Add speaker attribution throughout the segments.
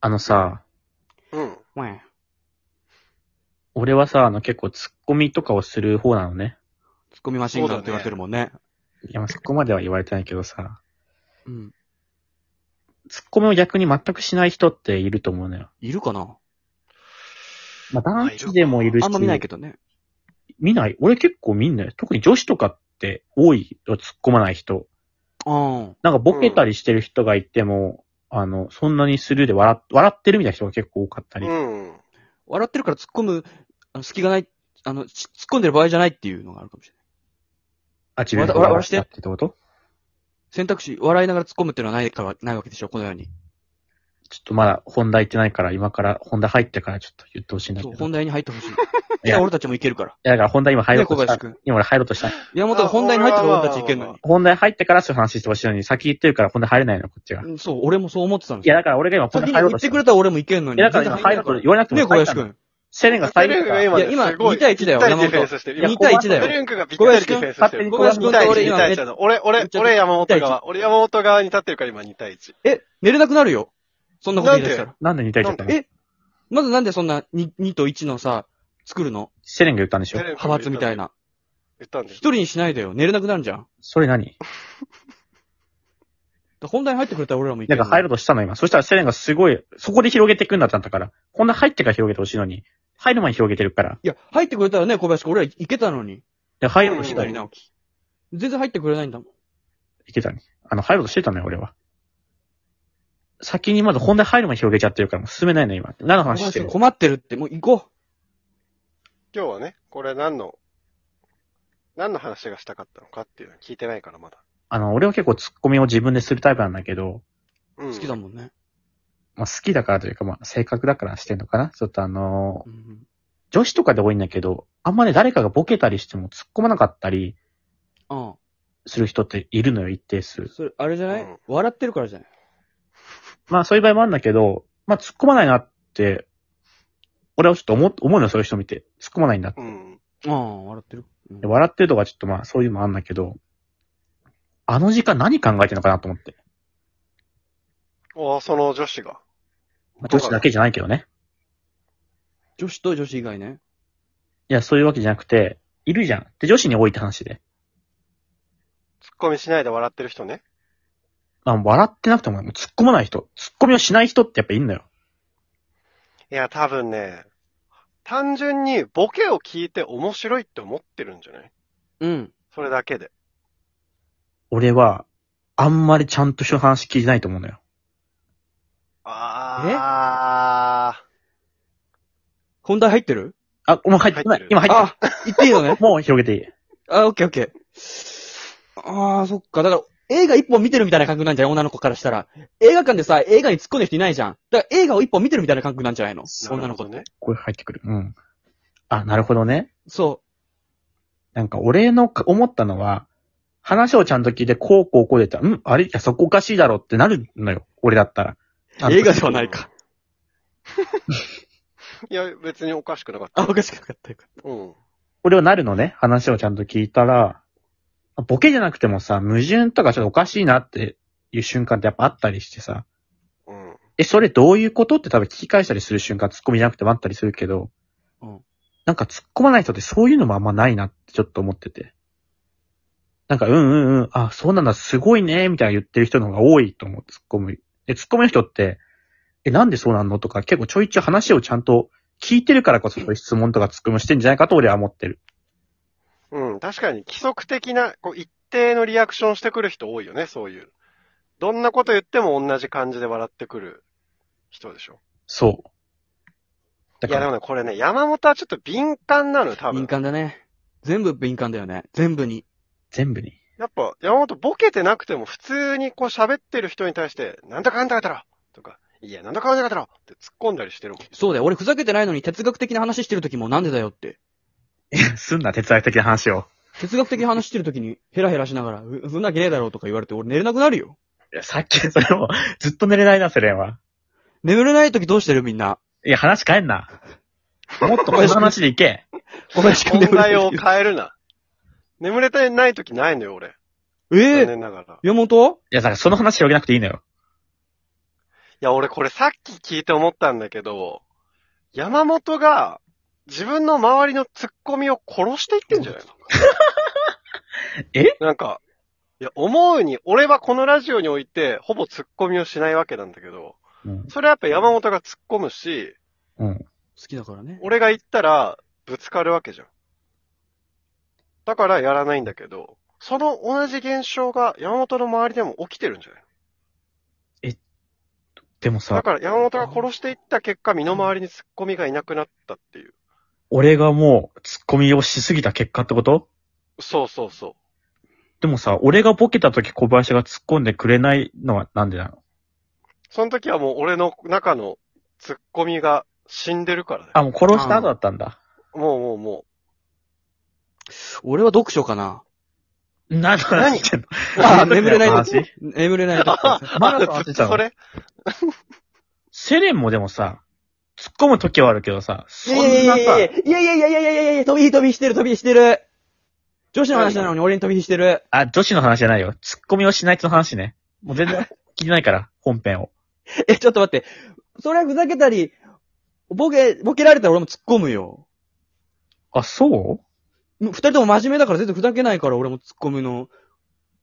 Speaker 1: あのさ、
Speaker 2: うん。
Speaker 3: うん。
Speaker 1: 俺はさ、あの結構ツッコミとかをする方なのね。
Speaker 3: ツッコミマシンガンって言われてるもんね。
Speaker 1: いや、まあそこまでは言われてないけどさ、
Speaker 3: うん。
Speaker 1: ツッコミを逆に全くしない人っていると思うのよ。
Speaker 3: いるかな
Speaker 1: まあ男子でもいるし、
Speaker 3: あんま見ないけどね。
Speaker 1: 見ない俺結構見んのよ。特に女子とかって多いよ、突っ込まない人。
Speaker 3: うん。
Speaker 1: なんかボケたりしてる人がいても、あの、そんなにスルーで笑っ笑ってるみたいな人が結構多かったり。
Speaker 2: うん。
Speaker 3: 笑ってるから突っ込む、あの、隙がない、あの、し突っ込んでる場合じゃないっていうのがあるかもしれない。
Speaker 1: あ、自分で
Speaker 3: わわわして
Speaker 1: 笑ってってこと
Speaker 3: 選択肢、笑いながら突っ込むっていうのはないから、ないわけでしょ、このように。
Speaker 1: ちょっとまだ本題行ってないから、今から、本題入ってからちょっと言ってほしいんだけ
Speaker 3: そう、
Speaker 1: ど。
Speaker 3: 本題に入ってほしい。い
Speaker 1: い
Speaker 3: や、
Speaker 1: や、い
Speaker 3: 俺たちもいけるから。
Speaker 1: やだから本題今入ろうとし
Speaker 3: ね
Speaker 1: た
Speaker 3: 小林君。
Speaker 1: 今俺入ろうとした。
Speaker 3: いや、もっと本題に入ってから俺たちいけるのに。
Speaker 1: 本題入ってからそういう話してほしいのに、先言ってるから本題入れないの、こっちが。い
Speaker 3: うんそう、俺もそう思ってたんです
Speaker 1: や、
Speaker 3: よ。
Speaker 1: だから俺が今本
Speaker 3: 先
Speaker 1: 題
Speaker 3: に
Speaker 1: 入ろう
Speaker 3: 言
Speaker 1: と
Speaker 3: っ
Speaker 1: して
Speaker 3: て
Speaker 1: た
Speaker 3: くれたら俺もいけるの
Speaker 1: い
Speaker 3: に。
Speaker 1: や、だから今入ろうと言わなくても
Speaker 3: ねえ、小
Speaker 1: 入った
Speaker 3: 林
Speaker 1: の。
Speaker 3: 君。
Speaker 1: セレンが最後
Speaker 2: セレンが
Speaker 1: か
Speaker 2: 今
Speaker 1: ら。
Speaker 3: いや、今、
Speaker 2: すごい
Speaker 3: 2対1だよ、
Speaker 2: 1対1
Speaker 3: 山
Speaker 2: ディフェン
Speaker 3: 本。
Speaker 2: スしてる
Speaker 3: 2対1だ
Speaker 2: セ
Speaker 3: よ。
Speaker 2: レン君がびっくりディフェンスしてる。
Speaker 1: 小
Speaker 2: 僕は
Speaker 1: 林
Speaker 3: 君
Speaker 2: 2対1、
Speaker 3: 勝手に
Speaker 2: 2対1だ。俺、
Speaker 3: め
Speaker 2: 俺
Speaker 3: っ、ちゃ
Speaker 2: 俺山本
Speaker 3: 二対
Speaker 2: 側。俺山本側に立ってるから今2対1。
Speaker 3: え、寝れなくなるよ。そんなこと言い出したら。
Speaker 1: なんで2対1だったの
Speaker 3: えまずなんでそんな 2, 2と1のさ、作るの
Speaker 1: セレンが言ったんでしょ
Speaker 2: セレン
Speaker 3: 派閥みたいな。
Speaker 2: 言ったんだ
Speaker 3: 一
Speaker 2: よ。
Speaker 3: 人にしないでよ。寝れなくなるじゃん。
Speaker 1: それ何
Speaker 3: だ本題に入ってくれたら俺らもいけ
Speaker 1: なん
Speaker 3: る。
Speaker 1: か入ろうとしたの今。そしたらセレンがすごい、そこで広げていくんだったんだから。こんな入ってから広げてほしいのに。入る前に広げてるから。
Speaker 3: いや、入ってくれたらね、小林君、俺らいけたのに。
Speaker 1: で、入ろうとし
Speaker 2: ん
Speaker 1: た
Speaker 3: 左
Speaker 1: り、
Speaker 3: 直樹。全然入ってくれないんだもん。
Speaker 1: いけたね。あの、入ろうとしてたのよ、俺は。先にまず本題入る前に広げちゃってるから、もう進めないの今。何の
Speaker 3: 小
Speaker 1: 話し
Speaker 3: 林
Speaker 1: てる
Speaker 3: 君困ってるって、もう行こ
Speaker 2: 今日はね、これ何の、何の話がしたかったのかっていうのは聞いてないからまだ。
Speaker 1: あの、俺は結構突っ込みを自分でするタイプなんだけど、
Speaker 2: う
Speaker 3: う。
Speaker 2: ん。
Speaker 3: 好きだもんね。
Speaker 1: まあ、好きだからというか、まあ、性格だからしてんのかなちょっとあのー
Speaker 3: うん。
Speaker 1: 女子とかで多いんだけど、あんまね、誰かがボケたりしても突っ込まなかったり
Speaker 3: うん。
Speaker 1: する人っているのよ、一定数。
Speaker 3: それ、あれじゃない、
Speaker 2: うん
Speaker 3: 笑ってるからじゃない
Speaker 1: まあ、そういう場合もあるんだけど、まあ、突っ込まないなって、俺はちょっと思、思うのよ、そういう人見て。突っ込まないんだって
Speaker 2: う。ん。
Speaker 3: うん、笑ってる。うん
Speaker 1: で笑ってるとかちょっとまあ、そういうのもあるんだけど、あの時間何考えてるのかなと思って。
Speaker 2: おその女子が。
Speaker 1: まあ女子だけじゃないけどね。
Speaker 3: 女子と女子以外ね。
Speaker 1: いや、そういうわけじゃなくて、いるじゃん。で、女子に多いって話で。
Speaker 2: ツッコミしないで笑ってる人ね。
Speaker 1: まあ、笑ってなくても、もう突っ込まない人。突っ込みをしない人ってやっぱいるのよ。
Speaker 2: いや、多分ね、単純にボケを聞いて面白いって思ってるんじゃない
Speaker 3: うん。
Speaker 2: それだけで。
Speaker 1: 俺は、あんまりちゃんとした話聞いてないと思うのよ。
Speaker 2: ああ。
Speaker 3: 本題入ってる
Speaker 1: あ、お前入ってな
Speaker 2: 入って
Speaker 1: い
Speaker 2: る。
Speaker 1: 今入って
Speaker 3: あ、言っていいのね
Speaker 1: る。。もう広げていい。
Speaker 3: あ、オッケーオッケー。あー、そっか。だから、映画一本見てるみたいな感覚なんじゃない女の子からしたら。映画館でさ、映画に突っ込んでる人いないじゃん。だから映画を一本見てるみたいな感覚なんじゃないの女の子って。
Speaker 2: ね。
Speaker 1: これ入ってくる。うん。あ、なるほどね。
Speaker 3: そ
Speaker 1: なんか、俺のか思ったのは、話をちゃんと聞いて、こうこうこうで言ったら、んあれいや、そこおかしいだろってなるのよ。俺だったら。
Speaker 3: う。映画ではないか。
Speaker 2: いや、別におかしくなかっ。
Speaker 3: あ、おかしくなかったよかった
Speaker 2: うん。
Speaker 1: 俺はなるのね。話をちゃんと聞いたら、ボケじゃなくてもさ、矛盾とかちょっとおかしいなっていう瞬間ってやっぱあったりしてさ、
Speaker 2: うん。
Speaker 1: え、それどういうことって多分聞き返したりする瞬間、突っ込みじゃなくてもあったりするけど、
Speaker 3: うん
Speaker 1: なんか突っ込まない人ってそういうのもあんまないなってちょっと思ってて。なんか、うんうんうん、あ、そうなんだ、すごいね、みたいな言ってる人の方が多いと思う、突っ込む。で、突っ込む人って、え、なんでそうなんのとか、結構ちょいちょい話をちゃんと聞いてるからこそ、そういう質問とか突っ込むしてんじゃないかと俺は思ってる。
Speaker 2: うん、確かに規則的な、こう、一定のリアクションしてくる人多いよね、そういう。どんなこと言っても同じ感じで笑ってくる人でしょ。
Speaker 1: そう。だ
Speaker 2: い
Speaker 1: か
Speaker 2: や、で
Speaker 1: ら、
Speaker 2: もね、これね、山本はちょっと敏感なのよ、多
Speaker 3: た。敏
Speaker 2: 分。
Speaker 3: 感だね。全部敏感だよね。全部に。
Speaker 1: 全部に。
Speaker 2: やっぱ、山本ボケてなくても、普通にこう喋ってる人に対して、なんだかんだかだろとか、いや、なんだかんだかだろって突っ込んだりしてるも ん。
Speaker 3: そうだよ。俺ふざけてないのに哲学的な話してる時もなんでだよって。
Speaker 1: すんな、哲学的な話を。
Speaker 3: 哲学的な話してる時にヘラヘラしながら、うそんなわけねえだろうとか言われて俺寝れなくなるよ。
Speaker 1: いやさっき、それも、ずっと寝れないな、セレンは。
Speaker 3: 眠れない時どうしてるみんな。
Speaker 1: いや、話変えんな。もっとこの話でい け。
Speaker 3: 小林
Speaker 2: 問
Speaker 3: 君眠れ ない
Speaker 2: 題を
Speaker 3: 時。
Speaker 2: 変えるな。眠れてない時ないのよ、俺。
Speaker 3: え
Speaker 2: 残
Speaker 3: え
Speaker 2: 念ながら。
Speaker 3: 山本
Speaker 1: いや、だからその話広げなくていいのよ。
Speaker 2: や、俺これさっき聞いて思ったんだけど、山本が自分の周りのツッコミを殺していってんじゃないの
Speaker 1: え
Speaker 2: なんか、いや、思うに、俺はこのラジオにおいて、ほぼツッコミをしないわけなんだけど、
Speaker 1: うん。
Speaker 2: それはやっぱ山本が突っ込むし、
Speaker 1: うん。
Speaker 3: 好きだからね。
Speaker 2: 俺が言ったら、ぶつかるわけじゃん。だからやらないんだけど、その同じ現象が山本の周りでも起きてるんじゃない
Speaker 1: でも
Speaker 2: だ
Speaker 1: さ、
Speaker 2: から山本が殺していった結果、身の回りに突っ込みがいなくなったっていう。
Speaker 1: 俺がもう、ツッコミをしすぎた結果ってこと
Speaker 2: そうそうそ
Speaker 1: でもさ、俺がボケた時小林が突っ込んでくれないのはなんでなの
Speaker 2: う。その時はもう俺の中の突っ込みが死んでるからだよ。
Speaker 1: あ、もう殺した後だったんだ。
Speaker 2: もうもうも
Speaker 3: 俺は読書かな。
Speaker 1: な、何言ってんの
Speaker 3: あー、眠れない
Speaker 1: 話
Speaker 3: 眠れ ない時ですね。
Speaker 1: まだ
Speaker 2: う。
Speaker 1: 話し
Speaker 2: ずって
Speaker 1: た
Speaker 2: とそ
Speaker 1: の
Speaker 2: れ
Speaker 1: セレンもでもさ、突っ込む時はあるけどさ、そんなさ、
Speaker 3: いやいやいやいやいやいやいや、飛び火飛び火してる飛び火してる。女子の話なのに俺に飛び火してる。
Speaker 1: あ、女子の話じゃないよ。突っ込みをしない人の話ね。もう全然聞いてないから、本編を。
Speaker 3: え、ちょっと待って。それはふざけたり、ボケ、ボケられたら俺も突っ込むよ。
Speaker 1: あ、そう
Speaker 3: 二人とも真面目だから全然ふざけないから俺も突っ込むの、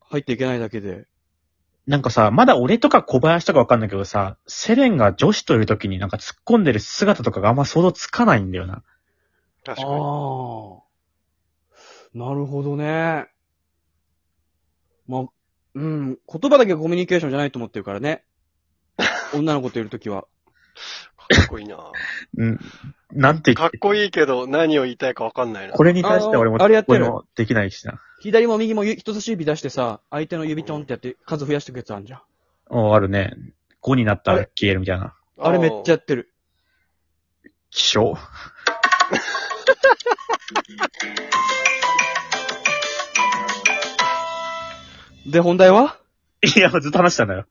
Speaker 3: 入っていけないだけで。
Speaker 1: なんかさ、まだ俺とか小林とかわかんないけどさ、セレンが女子といる時になんか突っ込んでる姿とかがあんま想像つかないんだよな。
Speaker 2: 確か
Speaker 3: ああ
Speaker 2: に。
Speaker 3: ー。なるほどね。まあ、うん、言葉だけがコミュニケーションじゃないと思ってるからね。女の子といるときは。
Speaker 2: かっこいいな
Speaker 1: うん。なんて言
Speaker 2: かっ
Speaker 1: って、
Speaker 2: こいいけど、何を言いたいかわかんないな。
Speaker 1: これに対して俺も
Speaker 3: あーあれやってる
Speaker 1: 俺もできないしな。
Speaker 3: 左も右もゆ人差し指出してさ、相手の指ちょんってやって数増やしてくやつあるじゃん。
Speaker 1: おあるね。5になったら消えるみたいな。
Speaker 3: あれめっちゃ
Speaker 2: ゃ。
Speaker 3: やってる。
Speaker 1: 気象。
Speaker 3: で、本題は
Speaker 1: はいや、ずっと話したんだよ。